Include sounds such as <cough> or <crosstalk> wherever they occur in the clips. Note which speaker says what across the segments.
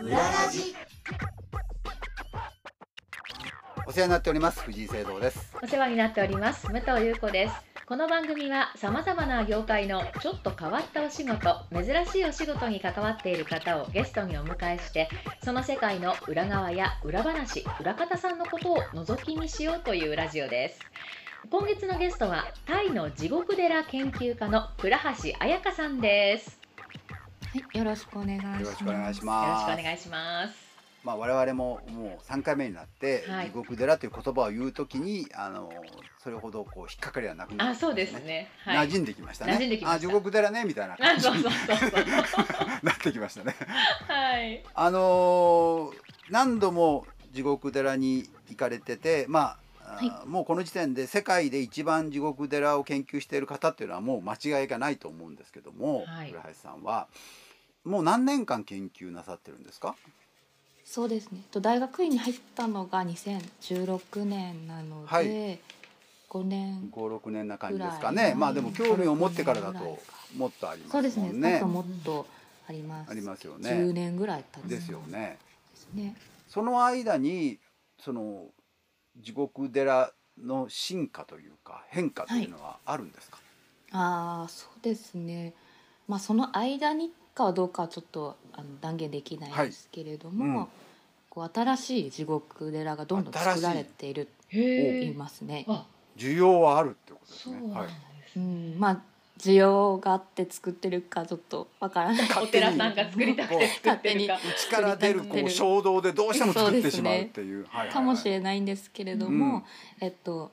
Speaker 1: 裏ラジ
Speaker 2: お世話になっております藤井聖堂です
Speaker 3: お世話になっております武藤優子ですこの番組はさまざまな業界のちょっと変わったお仕事珍しいお仕事に関わっている方をゲストにお迎えしてその世界の裏側や裏話裏方さんのことを覗き見しようというラジオです今月のゲストはタイの地獄寺研究家の倉橋彩香さんです
Speaker 1: はい、よろしくお願いします。
Speaker 2: よろしくお願いし
Speaker 3: よろし
Speaker 2: ま
Speaker 3: く
Speaker 2: す
Speaker 3: お願いします
Speaker 2: まあ我々ももう3回目になって、
Speaker 3: はい
Speaker 2: 地獄寺という言葉を言うときにあのそれほどこう引っかかりはなくな
Speaker 3: あそうですねは
Speaker 2: 馴
Speaker 3: い
Speaker 2: 染んできましたね
Speaker 3: 馴染んできました
Speaker 2: あ地獄寺ねみたいな
Speaker 3: あ
Speaker 2: 感じ
Speaker 3: そう
Speaker 2: に
Speaker 3: そうそうそう <laughs>
Speaker 2: なってきましたね
Speaker 3: はい
Speaker 2: あのー何度も地獄寺に行かれててまああーもうこの時点で世界で一番地獄寺を研究している方っていうのはもう間違いがないと思うんですけども、
Speaker 3: はい
Speaker 2: 倉橋さんはもう何年間研究なさってるんですか
Speaker 1: そうですね。と大学院に入ったのが2016年なので、
Speaker 2: はい
Speaker 1: 5年。
Speaker 2: 56年な感じですか
Speaker 1: ぐら
Speaker 2: ね
Speaker 1: い
Speaker 2: まあでも興味を持ってからだ
Speaker 1: ぐらい
Speaker 2: と
Speaker 1: か
Speaker 2: もっとあり
Speaker 1: そうで
Speaker 2: ますすも
Speaker 1: ね。
Speaker 2: ん
Speaker 1: なん
Speaker 2: ね
Speaker 1: か。もっとあります。
Speaker 2: ありますよ
Speaker 1: 10
Speaker 2: ね。
Speaker 1: 年ぐらい経つん
Speaker 2: ですよね。
Speaker 1: ですね。
Speaker 2: その間にその地獄寺の進化というか変化というのはあるんですか、
Speaker 1: ああ、そうですね。まあその間にかはどうかはちょっとあの断言できな
Speaker 2: はいい
Speaker 1: ですけれど
Speaker 2: う
Speaker 1: も、
Speaker 2: ん
Speaker 1: こう新しい地獄寺がどんどん作られている
Speaker 3: へ
Speaker 1: い
Speaker 3: ー
Speaker 1: ますね。
Speaker 3: あ
Speaker 2: 需要はあるってことです
Speaker 3: そう
Speaker 2: ね。
Speaker 3: な
Speaker 2: は
Speaker 3: ん
Speaker 2: い
Speaker 3: です、
Speaker 1: うん、まあ需要があって作ってるかちょっとわからない。
Speaker 3: お寺さんが作りたくて作ってるか。
Speaker 2: 内から出るこ
Speaker 1: 作
Speaker 2: う
Speaker 1: る
Speaker 2: 衝動でどうしても作ってしまう
Speaker 1: そう
Speaker 2: っ
Speaker 1: ですね
Speaker 2: ていうはいはいはい
Speaker 1: かもしれないんですけれど
Speaker 2: う
Speaker 1: も、
Speaker 2: ん
Speaker 1: えっと、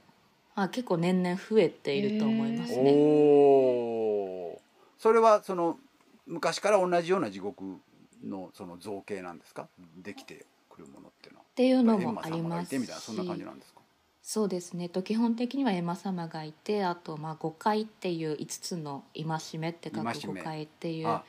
Speaker 1: まあ、結構年々増えていると思います
Speaker 3: へ
Speaker 1: ね。
Speaker 2: おーそれはその昔から同じような地獄のその造形なんですかできてくるものっていうのは
Speaker 1: っていうの
Speaker 2: エン
Speaker 1: も
Speaker 2: マ
Speaker 1: あり
Speaker 2: 様が
Speaker 1: ま
Speaker 2: い
Speaker 1: す
Speaker 2: てみたいなそんな感
Speaker 1: し
Speaker 2: じなんですか
Speaker 1: そうですね、えっと、基本的にはエマ様がいてあとまあ五戒っていう5つの戒めって書く
Speaker 2: 戒
Speaker 1: 五
Speaker 2: め
Speaker 1: 戒っていう
Speaker 2: あ、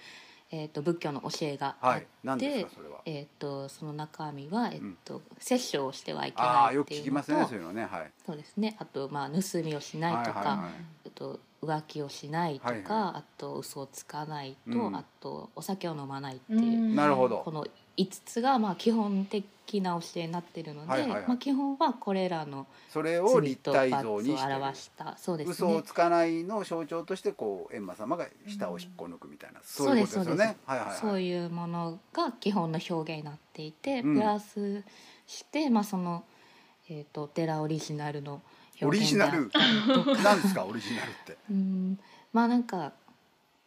Speaker 1: えっと、仏教の教えがあ
Speaker 2: は
Speaker 1: っ
Speaker 2: い、なんですかそれは
Speaker 1: えっとその中身は、えっと殺生をしてはいけ
Speaker 2: あ
Speaker 1: な
Speaker 2: あ
Speaker 1: い
Speaker 2: よ
Speaker 1: っ
Speaker 2: く
Speaker 1: て
Speaker 2: 聞
Speaker 1: いう
Speaker 2: き
Speaker 1: の
Speaker 2: ま
Speaker 1: と
Speaker 2: すねそういうのねはい
Speaker 1: そうですねあと、まあ、盗みをしないとか、
Speaker 2: はいはい
Speaker 1: えっと浮気をしないとか、
Speaker 2: はいは
Speaker 1: あと嘘をつかないと、
Speaker 2: うん
Speaker 1: あとお酒を飲まないって
Speaker 3: う
Speaker 1: いう、
Speaker 3: ん
Speaker 2: なるほど
Speaker 1: この5つがまあ基本的な教えになってるので、
Speaker 2: はいはいはい
Speaker 1: まあ、基本はこれらの
Speaker 2: それを
Speaker 1: 罪
Speaker 2: 立
Speaker 1: と
Speaker 2: 体
Speaker 1: 罰を
Speaker 2: 像にして
Speaker 1: 表したそうです
Speaker 2: 嘘を
Speaker 1: ね
Speaker 2: つかないの象徴としてこう閻魔様が舌を引っこ抜くみたいな、そういうことですよねはいはいはい
Speaker 1: そういうものが基本の表現になっていて、
Speaker 2: うん
Speaker 1: プラスして、まあ、その、えー、とお寺オリジナルの
Speaker 2: オリ
Speaker 1: 表
Speaker 2: ジ
Speaker 1: 現
Speaker 2: ナ
Speaker 1: だったり
Speaker 2: ル
Speaker 1: <laughs> とか。
Speaker 2: なんですかオリジナルって
Speaker 1: うんまあなんか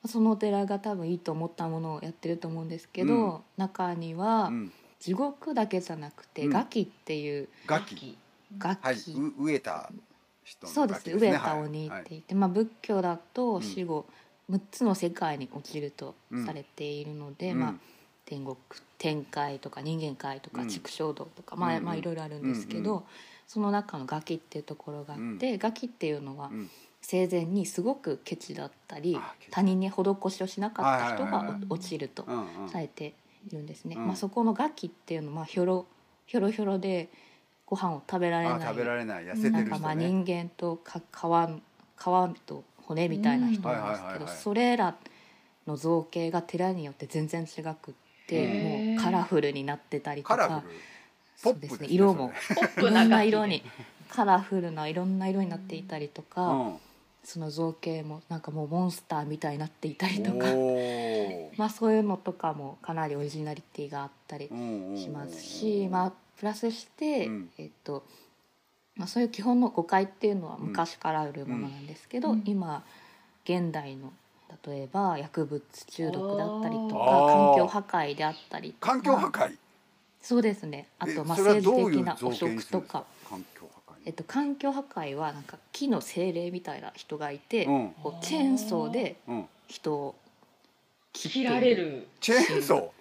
Speaker 1: そのお寺が多分いいと思ったものをやってると思うんですけど、
Speaker 2: うん
Speaker 1: 中には
Speaker 2: うん
Speaker 1: 地獄だけじゃなくて
Speaker 2: うん
Speaker 1: 餓鬼っていう
Speaker 2: ガキ
Speaker 1: 餓
Speaker 2: はい
Speaker 1: 鬼、
Speaker 2: う植えた人の
Speaker 1: そうで
Speaker 2: ガ
Speaker 1: す
Speaker 2: キ
Speaker 1: 飢え
Speaker 2: は
Speaker 1: た
Speaker 2: い
Speaker 1: 鬼
Speaker 2: は
Speaker 1: っ
Speaker 2: い
Speaker 1: て言って、まあ、仏教だ
Speaker 2: う
Speaker 1: と
Speaker 2: ん
Speaker 1: 死後6つの世界に落ちるとされているので、
Speaker 2: うん
Speaker 1: まあ、天国天界とか人間界と
Speaker 2: う
Speaker 1: か
Speaker 2: ん
Speaker 1: 畜生道とか、
Speaker 2: うん
Speaker 1: ま
Speaker 2: う
Speaker 1: あ
Speaker 2: ん
Speaker 1: まあいろいろあるんですけど、
Speaker 2: うん
Speaker 1: その中の餓鬼っていうところがあって、餓鬼っていうのは
Speaker 2: うん
Speaker 1: 生前にすごくケチだったり、
Speaker 2: あケチ
Speaker 1: 他人に施しをしなかった人
Speaker 2: はいはい
Speaker 3: は
Speaker 1: が
Speaker 3: い
Speaker 1: お落ちると
Speaker 2: うんうん
Speaker 1: されているんですね。
Speaker 2: うん
Speaker 1: まあ、そこの餓鬼っていうのはまあひょろひょろひょろでご飯を食べられ
Speaker 2: あ
Speaker 1: ない
Speaker 2: 食べられない痩せ
Speaker 1: な
Speaker 2: て
Speaker 1: ん
Speaker 2: る
Speaker 1: かまあ
Speaker 2: 人ね
Speaker 1: 人間とか皮皮と骨みたいな人なんで
Speaker 2: う
Speaker 1: す
Speaker 2: んはいはい
Speaker 1: け
Speaker 2: はい
Speaker 1: ど
Speaker 2: はい
Speaker 1: それらの造形が寺によって全然違くっ
Speaker 2: へ
Speaker 1: て
Speaker 3: ー
Speaker 1: もうカラフルになってたりと
Speaker 2: カラ
Speaker 1: か
Speaker 2: フルポ
Speaker 1: そ
Speaker 2: ッ
Speaker 1: う
Speaker 2: プ
Speaker 1: で
Speaker 2: ですす
Speaker 1: ね
Speaker 2: ね
Speaker 1: 色も
Speaker 3: ポッ
Speaker 1: い
Speaker 3: プ
Speaker 1: ろ
Speaker 3: な感
Speaker 1: ん
Speaker 3: じ
Speaker 1: な色にカラフルないろんな色になっていたりと
Speaker 2: う
Speaker 1: か
Speaker 2: ん
Speaker 1: その造形もなんかもうモンスターみたいになっていたりとか
Speaker 2: おー
Speaker 1: まあそういうのとかもかなりオリジナリティがあったり
Speaker 2: うんうん
Speaker 1: しますし、まあ、プラスして、
Speaker 2: うん
Speaker 1: えっとまあ、そういう基本の誤解っていうのは
Speaker 2: うん
Speaker 1: 昔からあるものなんですけど、
Speaker 3: うん
Speaker 1: 今現代の例えば薬物中毒だったりとか
Speaker 2: あー
Speaker 1: 環境破壊であったりとか
Speaker 2: 環境破壊
Speaker 1: そうですねあ
Speaker 2: え
Speaker 1: とまあ
Speaker 2: それはど
Speaker 1: 政
Speaker 2: う
Speaker 1: 治
Speaker 2: い
Speaker 1: 的
Speaker 2: う
Speaker 1: な
Speaker 2: 造
Speaker 1: 汚
Speaker 2: 形に
Speaker 1: 職
Speaker 2: する
Speaker 1: と
Speaker 2: んですか
Speaker 1: か、
Speaker 2: 環境破壊
Speaker 1: えっと、環境破壊はなんか木の精霊みたいな人がいて、
Speaker 2: うん
Speaker 1: こうチェーンソーで
Speaker 2: うん
Speaker 1: 人を切って
Speaker 3: 切
Speaker 1: い
Speaker 3: られる
Speaker 2: チェーンソ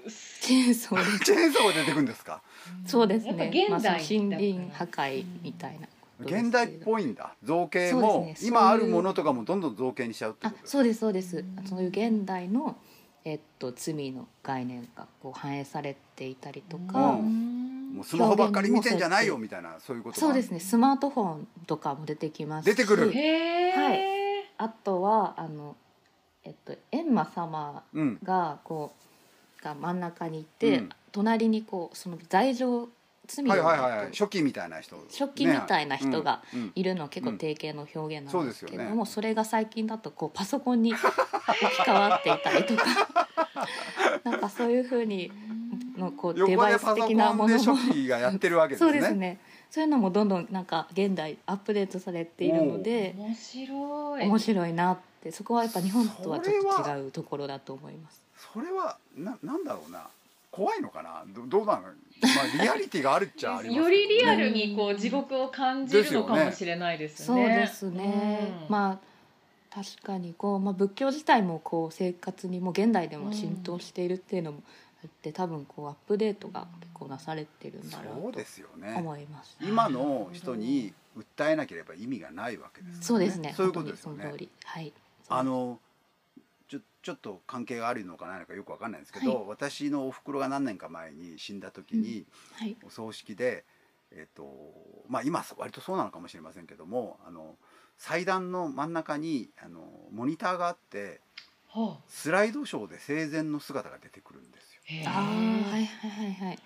Speaker 1: チェーンソーで
Speaker 2: ーチェーンソーが出てくるんですか
Speaker 1: そうですね。
Speaker 3: やっぱ現代
Speaker 1: まあ、その森林
Speaker 3: だ
Speaker 1: 破
Speaker 3: から
Speaker 1: 壊みたいなことですけれど。
Speaker 2: 現代っぽいんだ造形
Speaker 1: そう
Speaker 2: も
Speaker 1: ですね
Speaker 2: 今あ
Speaker 1: そういう
Speaker 2: るものとかもどんどん造形にしちゃうって
Speaker 1: あ
Speaker 2: こと、です
Speaker 1: そうですそうです
Speaker 3: う。ん
Speaker 1: そういう現代のえっと罪の概念がこう反映されていたりとか、
Speaker 2: うんもうスマホばっかり見てんじゃないよみたいなそういうこと
Speaker 1: そうです
Speaker 2: ね
Speaker 1: ね。スマートフォンとかも出てきますし。
Speaker 2: 出てくる
Speaker 3: へー
Speaker 1: はいあとはあのえっとエンマ様
Speaker 2: うん
Speaker 1: がこうが真ん中にいて、
Speaker 2: うん
Speaker 1: 隣にこうその罪状罪を
Speaker 2: はいはいはいはい
Speaker 1: 書
Speaker 2: 初期みたいな人
Speaker 1: 初期みたいな人が
Speaker 2: ねうんうん
Speaker 1: いるの結構定型の表現
Speaker 2: そ
Speaker 1: な
Speaker 2: うんで
Speaker 1: ですす
Speaker 2: よ
Speaker 1: け
Speaker 2: ね
Speaker 1: れども、それが最近だとこうパソコ
Speaker 2: <laughs>
Speaker 1: ンに置き換わっていたりとか <laughs> なんかそういうふうにのこう
Speaker 2: 横
Speaker 1: デ
Speaker 2: で
Speaker 1: バ
Speaker 2: パ
Speaker 1: イス
Speaker 2: ソコ
Speaker 1: 的なも
Speaker 2: ンで
Speaker 1: の
Speaker 2: 初
Speaker 1: も。
Speaker 2: 期がやってるわけです
Speaker 1: そ
Speaker 2: ね
Speaker 1: うですねそういうのもどんどんなんか現代アップデートされているので
Speaker 3: 面白い
Speaker 1: 面白いなってそこはやっぱ日本とはちょっ
Speaker 2: そ
Speaker 1: と
Speaker 2: れ
Speaker 1: 違うところだと思います。
Speaker 2: それはななんだろうな怖いのかなどどうなの、まあ、リアリティがあるっちゃあ
Speaker 1: <laughs>
Speaker 2: りますけどね
Speaker 3: よりリアルにこう地獄を感じるのかもしれないです
Speaker 1: そ
Speaker 3: ね。
Speaker 1: うですね、
Speaker 3: うん
Speaker 1: まあ確かにこう、まあ、仏教自体もこう生活にも現代でも浸透しているっていうのもあって多分こうアップデートが結構なされてるんだ
Speaker 2: そ
Speaker 1: ろ
Speaker 2: う
Speaker 1: うと
Speaker 2: ですよね
Speaker 1: 思います。
Speaker 2: 今の人に訴えなければ意味がないわけです、ね、
Speaker 1: そうですね。
Speaker 2: そういうことですよ
Speaker 1: 本当にその
Speaker 2: ね
Speaker 1: 通り。はい。
Speaker 2: あのちょちょっと関係があるのかないのかよくわかんないんですけど、
Speaker 1: は
Speaker 2: 私のおふくろが何年か前に死んだ時に、
Speaker 1: はい。
Speaker 2: お葬式で、えっとまあ、今割とそうなのかもしれませんけどもあの祭壇の真ん中にあのモニターがあって
Speaker 3: はあ
Speaker 2: スライドショーで生前の姿が出てくるんですよ。
Speaker 3: へえ
Speaker 1: ああはいはいはいはい。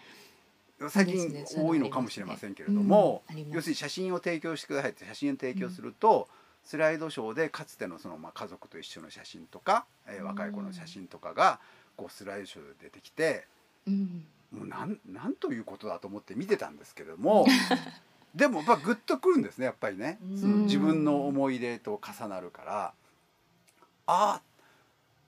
Speaker 2: 最
Speaker 1: いい
Speaker 2: 近
Speaker 1: ですね
Speaker 2: 多いのかもしれませんけれども、
Speaker 1: そういうのありますねうんあります
Speaker 2: 要するに写真を提供してくださいって写真を提供すると、スライドショーでかつてのその、まあ、家族と一緒の写真とか、えー若い子の写真とかがこうスライドショーで出てきて
Speaker 1: うん。
Speaker 2: もうなんなんということだと思って見てたんですけれど
Speaker 1: <laughs>
Speaker 2: もでもまあグッとくるんですねやっぱりね、
Speaker 3: うん
Speaker 2: その自分の思い出と重なるからああ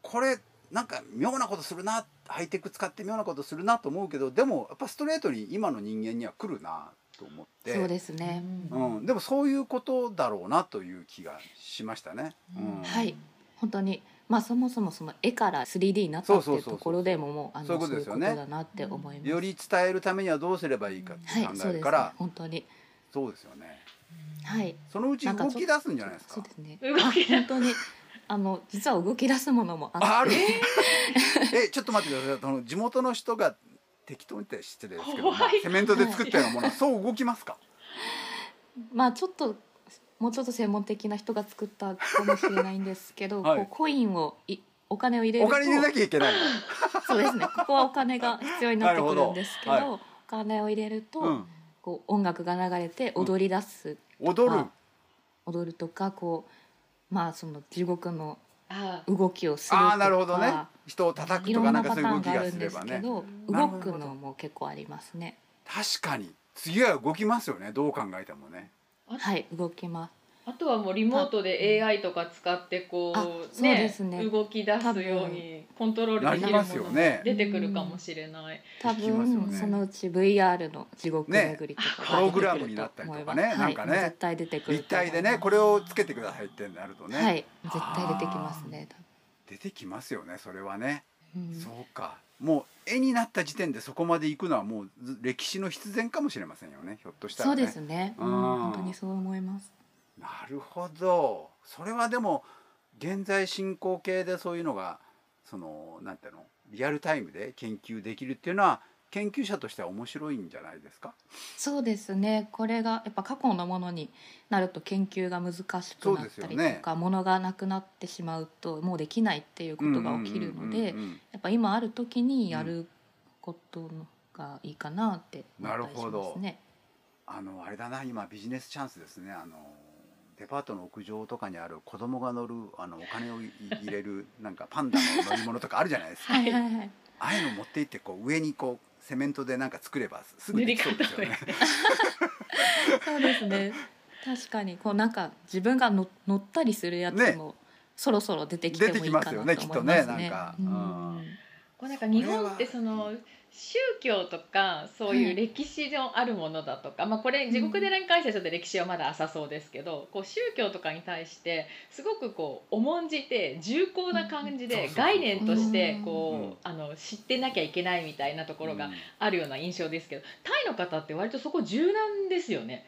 Speaker 2: これなんか妙なことするなハイテク使って妙なことするなと思うけどでもやっぱストレートに今の人間には来るなと思って
Speaker 1: そうですね。
Speaker 2: うん、でもそういうことだろうなという気がしましたね。うん
Speaker 1: はい本当に。まあそもそもその絵から 3D になったって
Speaker 2: そう
Speaker 1: い
Speaker 2: そうそうそ
Speaker 1: う
Speaker 2: う
Speaker 1: ところでももうあの
Speaker 2: そ
Speaker 1: そうう
Speaker 2: いう
Speaker 1: いう
Speaker 2: こと
Speaker 1: こ
Speaker 2: ですよね
Speaker 1: とだなって思います。
Speaker 2: より伝えるためにはどうすればいいかって
Speaker 1: はい
Speaker 2: 考
Speaker 1: そ
Speaker 2: え
Speaker 1: う
Speaker 2: る
Speaker 1: です
Speaker 2: か
Speaker 1: ね
Speaker 2: ら、
Speaker 1: 本当に
Speaker 2: そうですよね。
Speaker 1: はい。
Speaker 2: そのうち
Speaker 1: な
Speaker 2: 動
Speaker 1: んかちょ
Speaker 2: き出すんじゃないですか。
Speaker 1: そうですね。
Speaker 3: 動き出
Speaker 1: 本当にあの実は動き出すものもあって
Speaker 2: あある。 <laughs> え、ちょっと待ってください。その地元の人が適当にって失礼ですけど、
Speaker 3: 怖い
Speaker 2: まあセメントで作ったようなものはそう動きます
Speaker 1: <laughs>
Speaker 2: か。
Speaker 1: まあちょっともうちょっと専門的な人が作ったかもしれないんですけど、
Speaker 2: はい
Speaker 1: こうコインをいお金を入れる
Speaker 2: お
Speaker 1: と
Speaker 2: 金入れなきゃいけないの。
Speaker 1: <laughs> そうですねここはお金が必要になってくるんですけど
Speaker 2: なるほどは
Speaker 1: お金を入れると、
Speaker 2: うん。
Speaker 1: こう音楽が流れて踊り出す、
Speaker 2: 踊る。
Speaker 1: 踊るとかこうまあその地獄の
Speaker 3: あ
Speaker 1: 動きをするとか
Speaker 2: ああ、なるほどね。人を叩く
Speaker 1: い
Speaker 2: と
Speaker 1: ろ
Speaker 2: か
Speaker 1: ん
Speaker 2: な
Speaker 1: なん
Speaker 2: かそ
Speaker 1: パタ
Speaker 2: ういう動
Speaker 1: ーン
Speaker 2: き
Speaker 1: があ
Speaker 2: が
Speaker 1: る
Speaker 2: す
Speaker 1: ん
Speaker 2: れ
Speaker 1: で
Speaker 2: ば
Speaker 1: す
Speaker 2: ね
Speaker 1: け。ど
Speaker 2: なる
Speaker 1: 動
Speaker 2: ほど
Speaker 1: くのも結構ありますね
Speaker 2: 確かに。次は動きますよね。どう考えてもね。
Speaker 3: あ
Speaker 1: はい動きます
Speaker 3: あとはもうリモートで AI とか使ってこ
Speaker 1: あ
Speaker 3: う
Speaker 1: そうですね
Speaker 3: 動き出すようにコントロールできるも
Speaker 1: なり
Speaker 2: ますよ
Speaker 3: のも
Speaker 2: ね
Speaker 3: 出てくるかもしれない。
Speaker 1: 多
Speaker 2: 聞きますよ
Speaker 1: 分、
Speaker 2: ね
Speaker 1: そのうち VR の地獄巡りとかが出てく
Speaker 2: ねプロ
Speaker 1: ると思います、
Speaker 2: グラムになったりとかね
Speaker 1: はい
Speaker 2: なんかね
Speaker 1: もう絶対出てくる
Speaker 2: 立
Speaker 1: と思い
Speaker 2: 体
Speaker 1: ます
Speaker 2: でね、これをつけてくださいってなるとね、
Speaker 1: はい絶対出てきますね
Speaker 2: 出てきますよね。それはね。
Speaker 1: 多分うん
Speaker 2: そうか。もう絵になった時点でそこまで行くのはもうず歴史の必然かもしれませんよね。ひょっとしたら
Speaker 1: そう
Speaker 2: ね。
Speaker 1: ですね、うん
Speaker 2: うん
Speaker 1: 本当にそう思います
Speaker 2: なるほどそれはでも現在進行形でそういうのがそのなんていうのリアルタイムで研究できるっていうのは研究者としては面白いんじゃないですか
Speaker 1: そうですねこれがやっぱ過去のものになると研究が難しくなっ
Speaker 2: そう
Speaker 1: た
Speaker 2: です
Speaker 1: り
Speaker 2: よ
Speaker 1: とか、
Speaker 2: ね
Speaker 1: ものがなくなってしまうともうできないっていうことが起きる
Speaker 2: うんう
Speaker 1: ので、
Speaker 2: んうんうん
Speaker 1: やっぱ今ある時にやることがいいかなって思ったり
Speaker 2: な
Speaker 1: しますね、
Speaker 2: るほどあのあれだな今ビジネスチャンスですねあのデパートの屋上とかにある子供が乗るあのお金をい入れる <laughs> なんかパンダの乗り物とかあるじゃないですか
Speaker 1: はいはいはい
Speaker 2: ああいうの持って行ってこう上にこうセメントでなんか作ればすぐ
Speaker 3: 塗
Speaker 2: で
Speaker 3: り
Speaker 2: きそう
Speaker 3: 方 <laughs>
Speaker 2: ですよ
Speaker 3: と
Speaker 2: ね
Speaker 3: か。
Speaker 1: そうですね。確かにこうなんか自分がの乗ったりするやつも、そろそろ出てきてもいいかなと思いますね。
Speaker 2: 出てきますよねきっとねなんか
Speaker 1: う
Speaker 2: うん
Speaker 3: こうなんか日本って
Speaker 2: そ
Speaker 3: そ
Speaker 2: れは
Speaker 3: の宗教とかそういう歴史のあるものだとか、まあ、これ地獄寺に関してはちょっと歴史はまだ浅そうですけどこう宗教とかに対してすごくこう重んじて重厚な感じ
Speaker 2: うんそう
Speaker 3: で
Speaker 2: そう
Speaker 3: 概念として
Speaker 2: うん
Speaker 3: こうあの知ってなきゃいけないみたいなところがあるような印象ですけどタイの方って割とそこ柔軟ですよね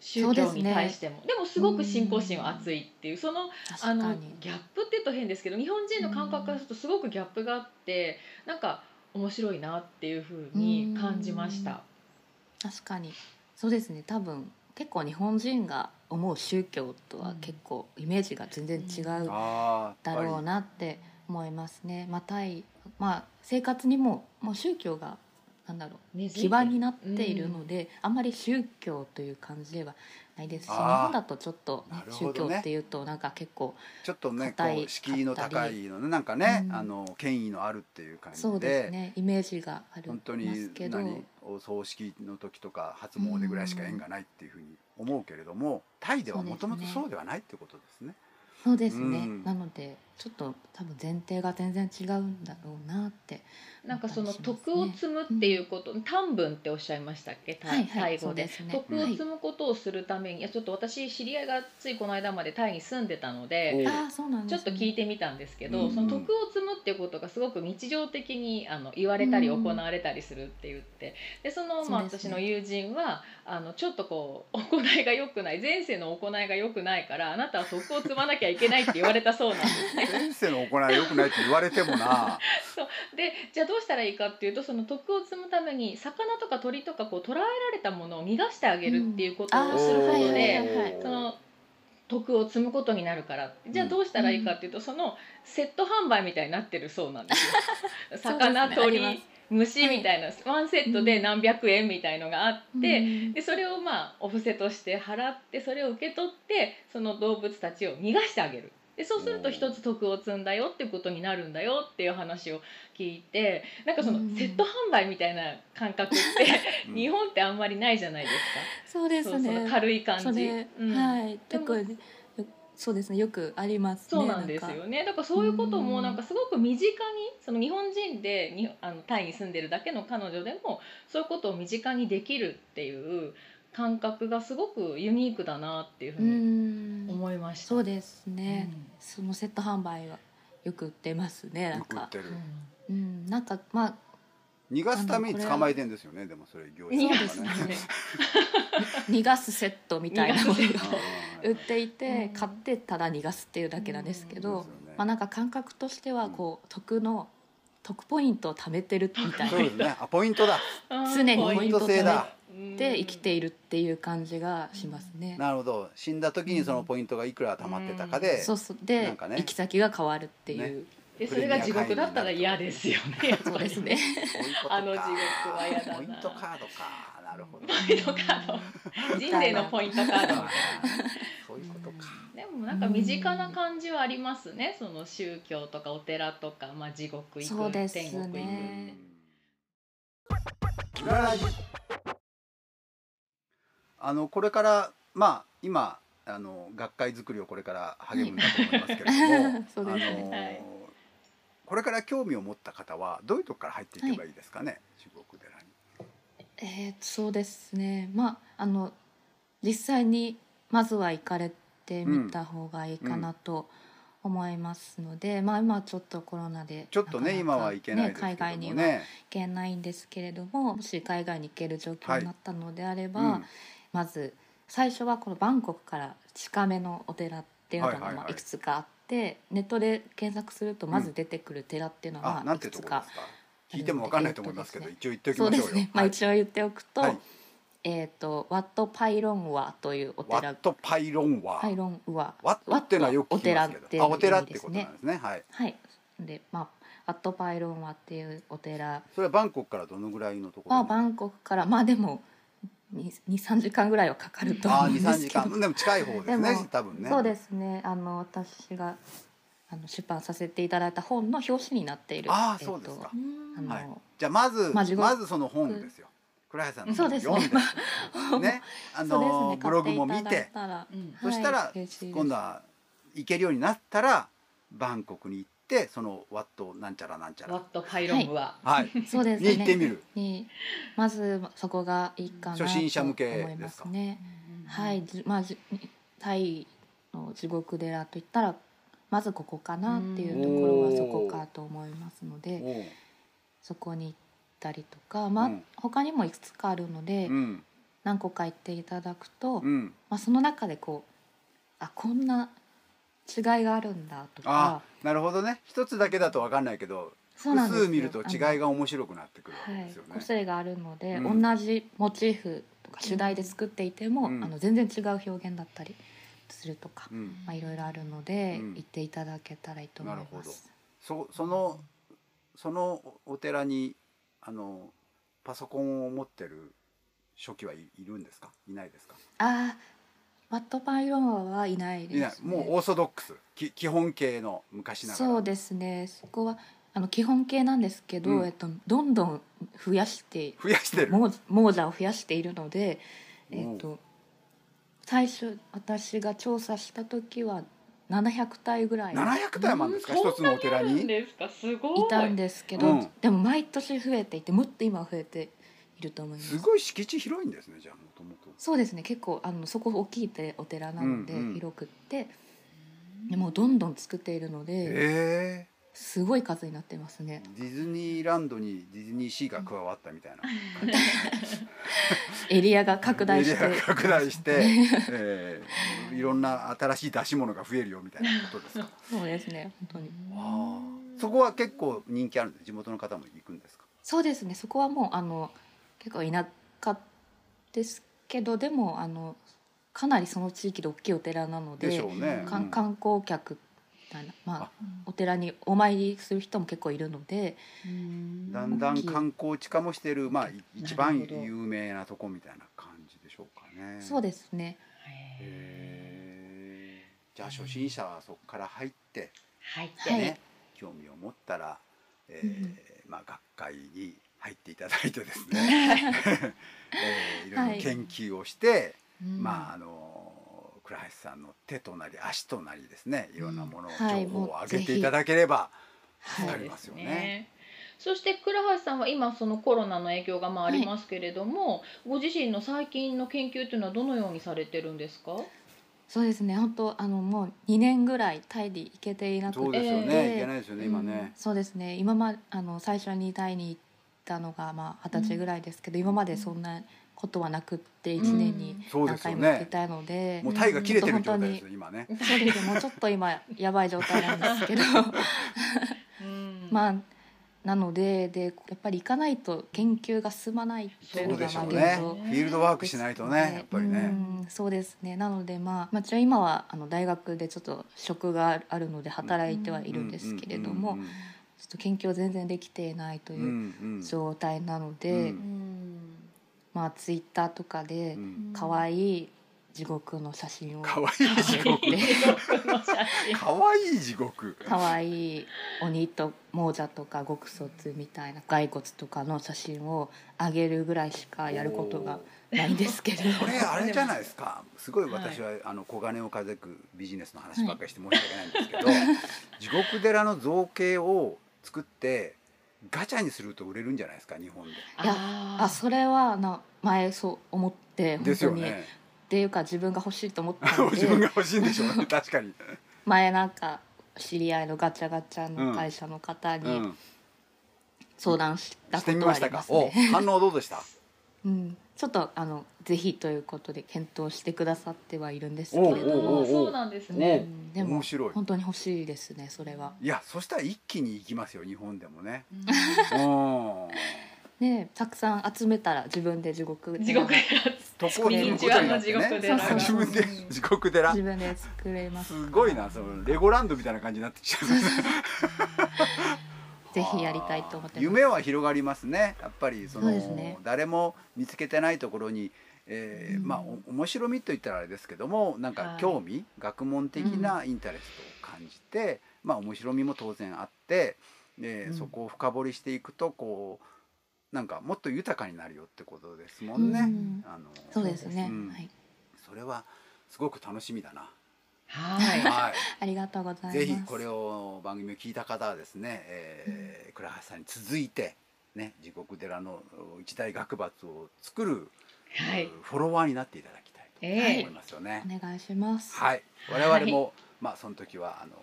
Speaker 3: 宗教に対してもで,、もすごく信仰心は熱いっていうそのあ
Speaker 1: 確か
Speaker 3: の
Speaker 1: に。
Speaker 3: ギャップって言うと変ですけど日本人の感覚からするとすごくギャップがあってなんか面白いなっていうふうに感じました。
Speaker 1: 確かに。そうですね。多分結構日本人が思う宗教とは結構イメージが全然違う
Speaker 2: あー
Speaker 1: だろうなって思いますね。まあタイまあ生活にももう宗教がなんだろ
Speaker 3: 根
Speaker 1: う
Speaker 3: 付いてる
Speaker 1: 基盤になっているので、あんまり宗教という感じではないですし日
Speaker 2: あー
Speaker 1: 本だとちょっとね、
Speaker 2: なるほ
Speaker 1: 宗
Speaker 2: ど
Speaker 1: 教
Speaker 2: ね
Speaker 1: っていうとなんか結構
Speaker 2: ちょっとねこ
Speaker 1: 硬いう
Speaker 2: 敷居の高いのねなんかね、
Speaker 1: うん
Speaker 2: あの権威のあるっていう感じ
Speaker 1: そうで
Speaker 2: です
Speaker 1: ねイメージがあり
Speaker 2: 本当
Speaker 1: ます
Speaker 2: に
Speaker 1: けど
Speaker 2: 何お葬式の時とか初詣ぐらいしか縁がないっていうふうに思うけれども、タイではもともとそうではないってことですね。
Speaker 1: そうですね、
Speaker 2: うん
Speaker 1: なのでちょっと多分前提が全然違うんだろうなって
Speaker 3: なんかその
Speaker 1: しますね
Speaker 3: 徳を積むっていうこと、短文っておっしゃいましたっけ、タイ
Speaker 1: はいはい
Speaker 3: タイ語で
Speaker 1: そうですね
Speaker 3: 徳を積むことをするために、いやちょっと私知り合いがついこの間までタイに住んでたので、
Speaker 2: お
Speaker 1: ああそうなん
Speaker 3: ち
Speaker 1: で
Speaker 3: ょっ
Speaker 1: す、
Speaker 3: と聞いてみたんですけど、
Speaker 2: うん
Speaker 3: その徳を積むっていうことがすごく日常的にあの言われたり行われたりするって言って、でそのまあ
Speaker 1: そうです
Speaker 3: 私
Speaker 1: ね
Speaker 3: の友人はあのちょっとこう行いが良くない前世の行いが良くないからあなたは徳を積まなきゃいけないって言われたそうなんで
Speaker 1: <laughs>
Speaker 3: す
Speaker 2: 先生の行い良くないって言われてもな
Speaker 3: でじゃあどうしたらいいかっていうとその徳を積むために魚とか鳥とかこう捕らえられたものを逃がしてあげるっていうこと
Speaker 1: うんあ
Speaker 3: を
Speaker 1: ー
Speaker 3: するこ
Speaker 1: は
Speaker 3: と
Speaker 1: いはい
Speaker 3: で、
Speaker 1: はいはい
Speaker 3: その徳を積むことになるからじゃあどうしたらいいかっていうと、そのセット販売みたいになってるそうなんですよ魚、
Speaker 1: <laughs> そうですねあり
Speaker 3: 鳥虫みたいな、ワンセットで何百円みたいのがあって、
Speaker 1: うん
Speaker 3: でそれをまあお布施として払ってそれを受け取ってその動物たちを逃がしてあげるでそうすると
Speaker 2: おー
Speaker 3: 一つ徳を積んだよっていうことになるんだよっていう話を聞いてなんかその
Speaker 1: うん
Speaker 3: セット販売みたいな感覚
Speaker 1: <laughs>
Speaker 3: って、
Speaker 2: うん
Speaker 3: 日本ってあんまりないじゃないですか
Speaker 1: そうで
Speaker 3: そ
Speaker 1: す
Speaker 3: うそ
Speaker 1: ね
Speaker 3: の軽い感じ、
Speaker 1: それ、
Speaker 3: うん
Speaker 1: はい
Speaker 3: でも
Speaker 1: 特によそうですねよくありますね
Speaker 3: そうなんです
Speaker 1: か
Speaker 3: よねだからそういうこと
Speaker 1: う
Speaker 3: も
Speaker 1: ん
Speaker 3: なんかすごく身近にその日本人でにあのタイに住んでるだけの彼女でもそういうことを身近にできるっていう感覚がすごくユニークだなっていうふう
Speaker 1: う
Speaker 3: に
Speaker 1: ん
Speaker 3: 思いました。
Speaker 1: そうですね、
Speaker 3: うん
Speaker 1: そのセット販売はよく売ってますねなん
Speaker 2: よく売っ
Speaker 1: か
Speaker 2: てる
Speaker 1: うんなんかまあ
Speaker 2: 逃がすために捕まえてんですよねでもそれ行
Speaker 3: うん
Speaker 1: そ
Speaker 2: 事と
Speaker 1: うで
Speaker 2: か
Speaker 1: す
Speaker 2: ね
Speaker 1: ね。逃がすセットみた
Speaker 2: <laughs>
Speaker 1: いなもの
Speaker 3: 逃が
Speaker 1: が売っていて、
Speaker 3: うん
Speaker 1: 買ってただ逃がすっていうだけなんですけど、
Speaker 2: うんそうですよね
Speaker 1: まあなんか感覚としてはこう得の得ポイントを貯めてるみたい
Speaker 2: そう
Speaker 1: な
Speaker 2: ですねあポイントだ
Speaker 1: <laughs> 常に
Speaker 2: ポ
Speaker 1: ポ
Speaker 2: イン
Speaker 1: イン
Speaker 2: ト
Speaker 1: ト
Speaker 2: 制だ
Speaker 1: で生きているっていう感じがしますね。
Speaker 2: なるほど死んだ時にそのポイントがいくら溜まってたかで、
Speaker 1: そうそう
Speaker 2: な
Speaker 1: で
Speaker 2: んかね
Speaker 1: 行き先が変わるっていう、
Speaker 3: でそれが地獄だったら嫌ですよねやっぱり
Speaker 1: そうですね。
Speaker 2: そういうことか
Speaker 3: あの地獄は嫌だな
Speaker 2: ポイントカードかなるほ
Speaker 1: <laughs>
Speaker 2: ど
Speaker 3: ポイントカード <laughs> 人生のポイントカード
Speaker 2: あーそういうことか
Speaker 3: でもなんか身近な感じはありますねその宗教とかお寺とか、まあ、地獄行
Speaker 1: そ
Speaker 3: く、
Speaker 1: うですね
Speaker 3: 天国行
Speaker 2: う
Speaker 3: く
Speaker 2: ん裏ラジあのこれからまあ今あの学会作りをこれから励むんだと思いますけれども
Speaker 1: <laughs> そうで
Speaker 2: あ
Speaker 1: す
Speaker 2: の
Speaker 1: ね
Speaker 3: はい
Speaker 2: これから興味を持った方はどういうとこから入っていけばいいですかね、中国寺に。
Speaker 1: えー、そうですねまああの実際にまずは行かれてみた方がいいかなと思いますので、まあ今はちょっとコロナで
Speaker 2: ちょっとね
Speaker 1: なかな
Speaker 2: 今
Speaker 1: か
Speaker 2: はいけないですけ
Speaker 1: 海外
Speaker 2: ど
Speaker 1: に
Speaker 2: も
Speaker 1: は行
Speaker 2: ね。
Speaker 1: けないんですけれどももし海外に行ける状況になったのであれば、
Speaker 2: うん
Speaker 1: まず最初はこのバンコクから近めのお寺っていうのが
Speaker 2: はいはいはい
Speaker 1: まあいくつかあって、ネットで検索するとまず出てくる寺っていうの
Speaker 2: あ
Speaker 1: は、
Speaker 2: なん
Speaker 1: い
Speaker 2: てい
Speaker 1: く
Speaker 2: うと
Speaker 1: つ
Speaker 2: ころ
Speaker 1: か
Speaker 2: ですか。聞いてもわかんないと思いますけど、
Speaker 1: えー
Speaker 2: 一応言っておき
Speaker 1: そう
Speaker 2: まし
Speaker 1: で
Speaker 2: ょうよ。
Speaker 1: すね、まあ、
Speaker 2: はい
Speaker 1: 一応言っておくと、
Speaker 2: はい
Speaker 1: えっ、とワット・パイロンワというお
Speaker 2: ワ
Speaker 1: 寺
Speaker 2: ットパイロンワ
Speaker 1: パイロンワ
Speaker 2: ワットっていうのはよく聞きます
Speaker 1: ワットはお寺っ
Speaker 2: け
Speaker 1: てい
Speaker 2: ど、あお寺ってこ
Speaker 1: う意味
Speaker 2: となんですね。はい。
Speaker 1: はいでまあワット・パイロンワっていうお寺
Speaker 2: それはバンコクからどのぐらいのところ
Speaker 1: は
Speaker 2: に？
Speaker 1: バンコクからまあでも23時間ぐらいはかかると
Speaker 2: あー、
Speaker 1: 思うん
Speaker 2: 二
Speaker 1: で
Speaker 2: 三
Speaker 1: す
Speaker 2: 時
Speaker 1: けど <laughs>
Speaker 2: 間。でも近い方です
Speaker 1: で
Speaker 2: ね
Speaker 1: も。
Speaker 2: 多分ね。
Speaker 1: そうですねあの私があの出版させていただいた本の表紙になっている
Speaker 2: あー
Speaker 1: えっと
Speaker 2: そうですか
Speaker 1: あの、
Speaker 2: はいじゃあまず
Speaker 1: まあ地獄
Speaker 2: まずその本ですよ。倉橋さんの
Speaker 1: そう
Speaker 2: 本
Speaker 1: ですね
Speaker 2: 読んで、
Speaker 1: <laughs>
Speaker 2: ね、あ
Speaker 1: そうです
Speaker 2: の
Speaker 1: ね
Speaker 2: ブログも見
Speaker 1: 買ってい、ただいたら
Speaker 3: うん
Speaker 2: そしたら
Speaker 1: はい嬉しいです
Speaker 2: 今度は行けるようになったらバンコクに行って、そのワットなんちゃらなんちゃ
Speaker 3: ワッ
Speaker 2: ら、
Speaker 3: トパイロンは、
Speaker 1: <laughs>
Speaker 2: はい、
Speaker 1: そうですね
Speaker 2: に行ってみる。
Speaker 1: にまずそこがいいかなと
Speaker 2: 初
Speaker 1: 思
Speaker 2: 心者向け
Speaker 1: い
Speaker 2: で
Speaker 1: ますす
Speaker 2: か
Speaker 1: ね。はい、じまあじタイの地獄寺といったらまずここかなっていうところはそこかと思いますので、
Speaker 2: おう
Speaker 1: そこに行ったりとか、まあ
Speaker 2: うん
Speaker 1: 他にもいくつかあるので、
Speaker 2: うん
Speaker 1: 何個か行っていただくと、
Speaker 2: うん。
Speaker 1: まあその中でこうあこんな違いがあるんだと
Speaker 2: あ
Speaker 1: か、
Speaker 2: なるほどね一つだけだと分かんないけど
Speaker 1: そうな
Speaker 2: 複
Speaker 1: んですよ
Speaker 2: 数見ると違い
Speaker 1: あの
Speaker 2: が面白くなってくるわけ
Speaker 1: は
Speaker 2: で
Speaker 1: い
Speaker 2: すよね。
Speaker 1: 個性があるので、
Speaker 2: うん
Speaker 1: 同じモチーフとか主題で作っていても、
Speaker 2: うん
Speaker 1: あの全然違う表現だったりするとか、
Speaker 2: うん、
Speaker 1: まあいろいろあるので、
Speaker 2: うん
Speaker 1: 行っていただけたらいいと思います。
Speaker 2: そそのそのお寺にあのパソコンを持ってる初期はい、いるんですかいないですか
Speaker 1: あワットパイロンはいない
Speaker 2: い
Speaker 1: で
Speaker 2: ない
Speaker 1: す、ね、
Speaker 2: もうオーソドックスき基本形の昔ながら
Speaker 1: そうですねそこはあの基本形なんですけど、
Speaker 2: うん
Speaker 1: えっと、どんどん増やして
Speaker 2: 増やしてる
Speaker 1: もう猛者を増やしているので、
Speaker 2: うん
Speaker 1: えっと、最初私が調査した時は700体ぐらい
Speaker 2: 700体もあるんですか
Speaker 3: うん
Speaker 2: 一つのお寺
Speaker 3: あるん
Speaker 2: に
Speaker 3: ですかすごい
Speaker 1: いたんですけど、
Speaker 2: うん
Speaker 1: でも毎年増えていてもっと今は増えていると思います
Speaker 2: すごい敷地広いんですねじゃあもともと
Speaker 1: そうですね結構あのそこ大きいてお寺なので、
Speaker 2: うんうん
Speaker 1: 広くってでもうどんどん作っているので、
Speaker 2: え
Speaker 1: すごい数になってます
Speaker 2: え
Speaker 1: ね <laughs>
Speaker 2: ディズニーランドにディズニーシーが加わったみたいな
Speaker 1: エリアが拡大
Speaker 2: エ
Speaker 1: して
Speaker 2: リアが拡大して
Speaker 1: <laughs>
Speaker 2: ええいろんな新しい出し物が増えるよみたいなことですか
Speaker 1: そうですね本当に
Speaker 2: ああそこは結構人気あるんです地元の方も行くんですか
Speaker 1: そうですねそこはもうあの結構田舎ですけどでもあのかなりその地域で大きいお寺なので
Speaker 2: でしょうね
Speaker 1: かん
Speaker 2: うん
Speaker 1: 観光客みたいな、まあ
Speaker 2: あ、
Speaker 1: お寺にお参りする人も結構いるので
Speaker 3: うん
Speaker 2: だんだん観光地化もしてる、まあ、い一番
Speaker 3: なるほど
Speaker 2: 有名なとこみたいな感じでしょうかね。
Speaker 1: そう
Speaker 2: で
Speaker 1: ですね
Speaker 2: じゃあ初心者はそこから入って、
Speaker 3: 入って、
Speaker 1: はい
Speaker 2: ね興味を持ったら、えー
Speaker 1: うん
Speaker 2: まあ、学会に入っていただいてですね、
Speaker 1: <laughs>
Speaker 2: えーいろ
Speaker 1: はいい
Speaker 2: ろ研究をして、
Speaker 3: うん
Speaker 2: まああの倉橋さんの手となり足となりですねいろんなものを、
Speaker 1: うんはい
Speaker 2: 情報を
Speaker 1: もう
Speaker 2: 上げて
Speaker 1: ぜひ
Speaker 2: いただければ、
Speaker 1: はい
Speaker 2: わかりますよね
Speaker 3: そうですね。そして倉橋さんは今そのコロナの影響がまあありますけれども、ご自身の最近の研究というのはどのようにされてるんですか？
Speaker 1: そうですね本当あのもう2年ぐらいタイに行けていなくて
Speaker 2: そうですよね、
Speaker 1: えー
Speaker 2: いけないですよね今ね。
Speaker 1: そうですね今まあの最初にタイに行ったのがまあ二十歳ぐらいですけど、今までそんなことはなくって1年に
Speaker 2: そうで
Speaker 1: 何
Speaker 2: すよ
Speaker 1: 回も行ってい
Speaker 2: ね。
Speaker 1: たので、
Speaker 2: もうタイが切れてる
Speaker 1: ち
Speaker 2: 状
Speaker 1: ょっ
Speaker 2: 態
Speaker 1: と本当に
Speaker 2: ですよ今ね。
Speaker 1: そうですねもうちょっと今やばい状態なんです
Speaker 2: <laughs>
Speaker 1: けど
Speaker 3: うん
Speaker 1: まあなのででやっぱり行かないと研究が進まないって
Speaker 2: そ
Speaker 1: いう
Speaker 2: う
Speaker 1: の
Speaker 2: で
Speaker 1: が
Speaker 2: し
Speaker 1: ま
Speaker 2: ょ
Speaker 1: あ
Speaker 2: う
Speaker 1: 現
Speaker 2: ね。フ
Speaker 1: 状
Speaker 2: ィールドワークしないとね、やっぱりね。
Speaker 1: うんそうですねなのでまあ、まあ、ちなみに今はあの大学でちょっと職があるので働いてはいるんですけれども、
Speaker 2: うんうん
Speaker 1: ちょっと研究は全然できていないと
Speaker 2: うんう
Speaker 1: いうん
Speaker 2: うん
Speaker 1: 状態なので、
Speaker 2: うん
Speaker 3: うん
Speaker 1: まあツイッターとかで
Speaker 2: うん
Speaker 1: 可愛い地獄の写真を
Speaker 2: 可愛い地
Speaker 1: <laughs>
Speaker 2: 獄。
Speaker 3: の写真
Speaker 2: 可愛い地獄。
Speaker 1: 可愛い鬼と亡者とか極卒みたいな骸骨とかの写真をあげるぐらいしかやることがないんですけれど
Speaker 2: これあれじゃないですか。すごい私はあの小金を数えくビジネスの話ばっかりして申し訳ないんですけど、地獄寺の造形を作ってガチャにすると売れるんじゃないですか日本で。
Speaker 1: いやあ
Speaker 3: あ
Speaker 1: それはな前そう思って
Speaker 2: で
Speaker 1: 本
Speaker 2: す
Speaker 1: 当
Speaker 2: よ
Speaker 1: に、
Speaker 2: ね。
Speaker 1: っていうか自分が欲しいと思ったの
Speaker 2: <laughs> 自分
Speaker 1: で
Speaker 2: が欲しいんでしょうね確かに。
Speaker 1: 前なんか知り合いのガチャガチャの会社の方
Speaker 2: う
Speaker 1: に
Speaker 2: ん。
Speaker 1: 相談した
Speaker 2: し
Speaker 1: こ
Speaker 2: てみ
Speaker 1: と
Speaker 2: まし
Speaker 1: はあ
Speaker 2: た
Speaker 1: り
Speaker 2: か
Speaker 1: ま。す
Speaker 2: お
Speaker 1: ね。
Speaker 2: 反応どうでした。
Speaker 1: <laughs> うん、ちょっとあのぜひということで検討してくださってはいるんですけ
Speaker 2: お
Speaker 1: れ
Speaker 2: うお
Speaker 1: ど
Speaker 2: うお
Speaker 1: も
Speaker 2: う
Speaker 3: そうなんです
Speaker 1: う
Speaker 3: ね。
Speaker 1: んでも
Speaker 2: 面白い。
Speaker 1: 本当に欲しいですねそれは。
Speaker 2: いやそしたら一気に行きますよ日本でもね。
Speaker 3: うん
Speaker 2: うん。
Speaker 1: ねたくさん集めたら自分で地獄
Speaker 3: 地獄
Speaker 2: とこを積むことになって
Speaker 3: ミニチュアの地獄
Speaker 2: ね。
Speaker 1: 寺が
Speaker 2: 自分で
Speaker 3: うん
Speaker 2: 地獄寺
Speaker 1: <laughs> 自。分で作れます
Speaker 2: すごいなそのレゴランドみたいな感じになってきちゃう。
Speaker 1: ぜひやりたいと思ってます
Speaker 2: 夢は広がりますね。やっぱりその
Speaker 1: そうですね
Speaker 2: 誰も見つけてないところに。えー
Speaker 1: うん
Speaker 2: まあお面白みといったらあれですけどもなん
Speaker 3: は
Speaker 2: か
Speaker 3: い
Speaker 2: 興味、学問的なインタレストを感じて、まあ面白みも当然あって、えー
Speaker 1: うん
Speaker 2: そこを深掘りしていくとこうなんかもっと豊かになるよってことですもんね。
Speaker 1: うん
Speaker 2: あの
Speaker 1: そうですね、
Speaker 2: うん
Speaker 1: はい、
Speaker 2: それはすごく楽しみだな。
Speaker 3: はい。
Speaker 2: はい
Speaker 1: ありがとうございます
Speaker 2: ぜひこれを番組を聞いた方はですね、えー倉橋さんに続いて、ね、地獄寺の一大学閥を作る、
Speaker 3: はい。
Speaker 2: フォロワーになっていただきたいと
Speaker 3: ええ
Speaker 2: 思いますよね。
Speaker 1: お願いします、
Speaker 2: はい、我々も、まあ、その時はあの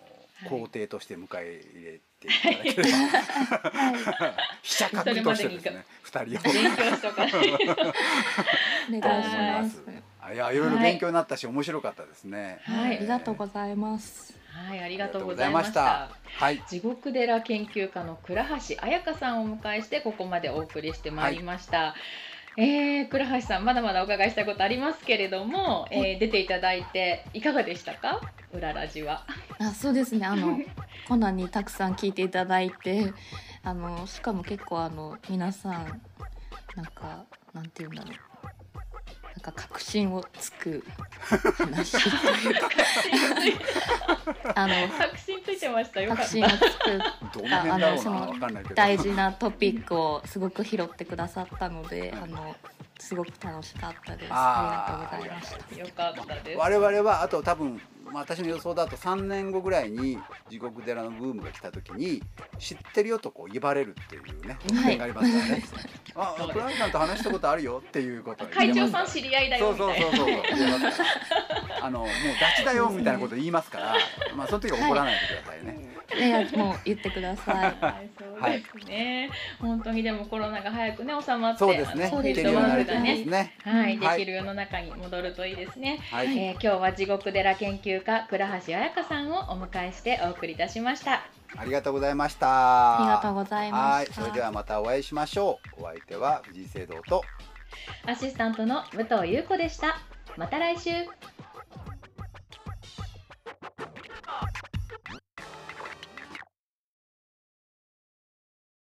Speaker 3: はい
Speaker 2: 皇帝として迎え入れていただければ、 <laughs> 飛車角としてですね二人を
Speaker 3: 勉強しとかない
Speaker 1: お願
Speaker 2: と思い
Speaker 1: いし
Speaker 2: ま
Speaker 1: ますす。
Speaker 2: あいやいろいろ勉強になったし、面白かったですね。
Speaker 3: はい
Speaker 1: ありがとうございます
Speaker 3: はい、あ
Speaker 2: あ
Speaker 3: りがとうございました。。
Speaker 2: はい、
Speaker 3: 地獄寺研究家の倉橋彩香さんをお迎えしてここまでお送りしてまいりました、えー倉橋さんまだまだお伺いしたいことありますけれども、えー出ていただいていかがでしたか裏ラジは
Speaker 1: あそうですねあ <laughs> のコナンにたくさん聞いていただいてあのしかも結構あの皆さんなんかなんていうんだろうなんか確信をつく話というか
Speaker 2: <laughs>
Speaker 1: あの
Speaker 3: <laughs> 確信ついてましたよか
Speaker 1: 確
Speaker 3: っ
Speaker 1: 信を
Speaker 3: た
Speaker 1: つく
Speaker 2: どの辺だろうな
Speaker 1: あのその
Speaker 2: わかんないけど
Speaker 1: 大事なトピックをすごく拾ってくださったので
Speaker 2: うん
Speaker 1: あのすごく楽しかったです
Speaker 2: あ
Speaker 1: あ
Speaker 2: ー
Speaker 1: りがとうございました
Speaker 3: よかったです
Speaker 2: 我々はあと多分、まあ、私の予想だと3年後ぐらいに地獄寺のブームが来た時に知ってるよとこう威張れるっていうね特典がありますからね、
Speaker 3: そう
Speaker 2: あ
Speaker 3: です
Speaker 2: 倉橋さんと話したことあるよっていうことを言
Speaker 3: 会
Speaker 2: え
Speaker 3: 長
Speaker 2: ますか
Speaker 3: さん
Speaker 2: ら
Speaker 3: 知り合いだ
Speaker 2: そう
Speaker 3: よみたい
Speaker 2: そう
Speaker 3: な
Speaker 2: そうそう言えますからあのもうダチだよみたいなこと言いますから、まあその時は怒らないでくださいね、
Speaker 1: いやいやもう言ってくだ
Speaker 2: <laughs>
Speaker 1: さい
Speaker 3: はい、そうですね、本当にでもコロナが早くね収まって
Speaker 2: そうですね
Speaker 3: あの
Speaker 1: そう
Speaker 3: ペ
Speaker 1: です
Speaker 3: ッ
Speaker 2: い
Speaker 3: ト
Speaker 2: けるよ
Speaker 3: ボ
Speaker 2: うにな
Speaker 3: ト
Speaker 2: る
Speaker 3: ル
Speaker 2: と
Speaker 3: が
Speaker 2: いいです
Speaker 3: ね、
Speaker 2: ね
Speaker 3: はい、で
Speaker 2: はい
Speaker 3: きる世の中に戻るとい
Speaker 2: はい、
Speaker 3: いですね、えー今日は地獄寺研究家倉橋彩香さんをお迎えしてお送りいたしました
Speaker 2: ありがとうございました
Speaker 1: ありがとうございま
Speaker 2: はい
Speaker 1: した
Speaker 2: それではまたお会いしましょうお相手は藤井聖堂と
Speaker 3: アシスタントの武藤優子でしたまた来週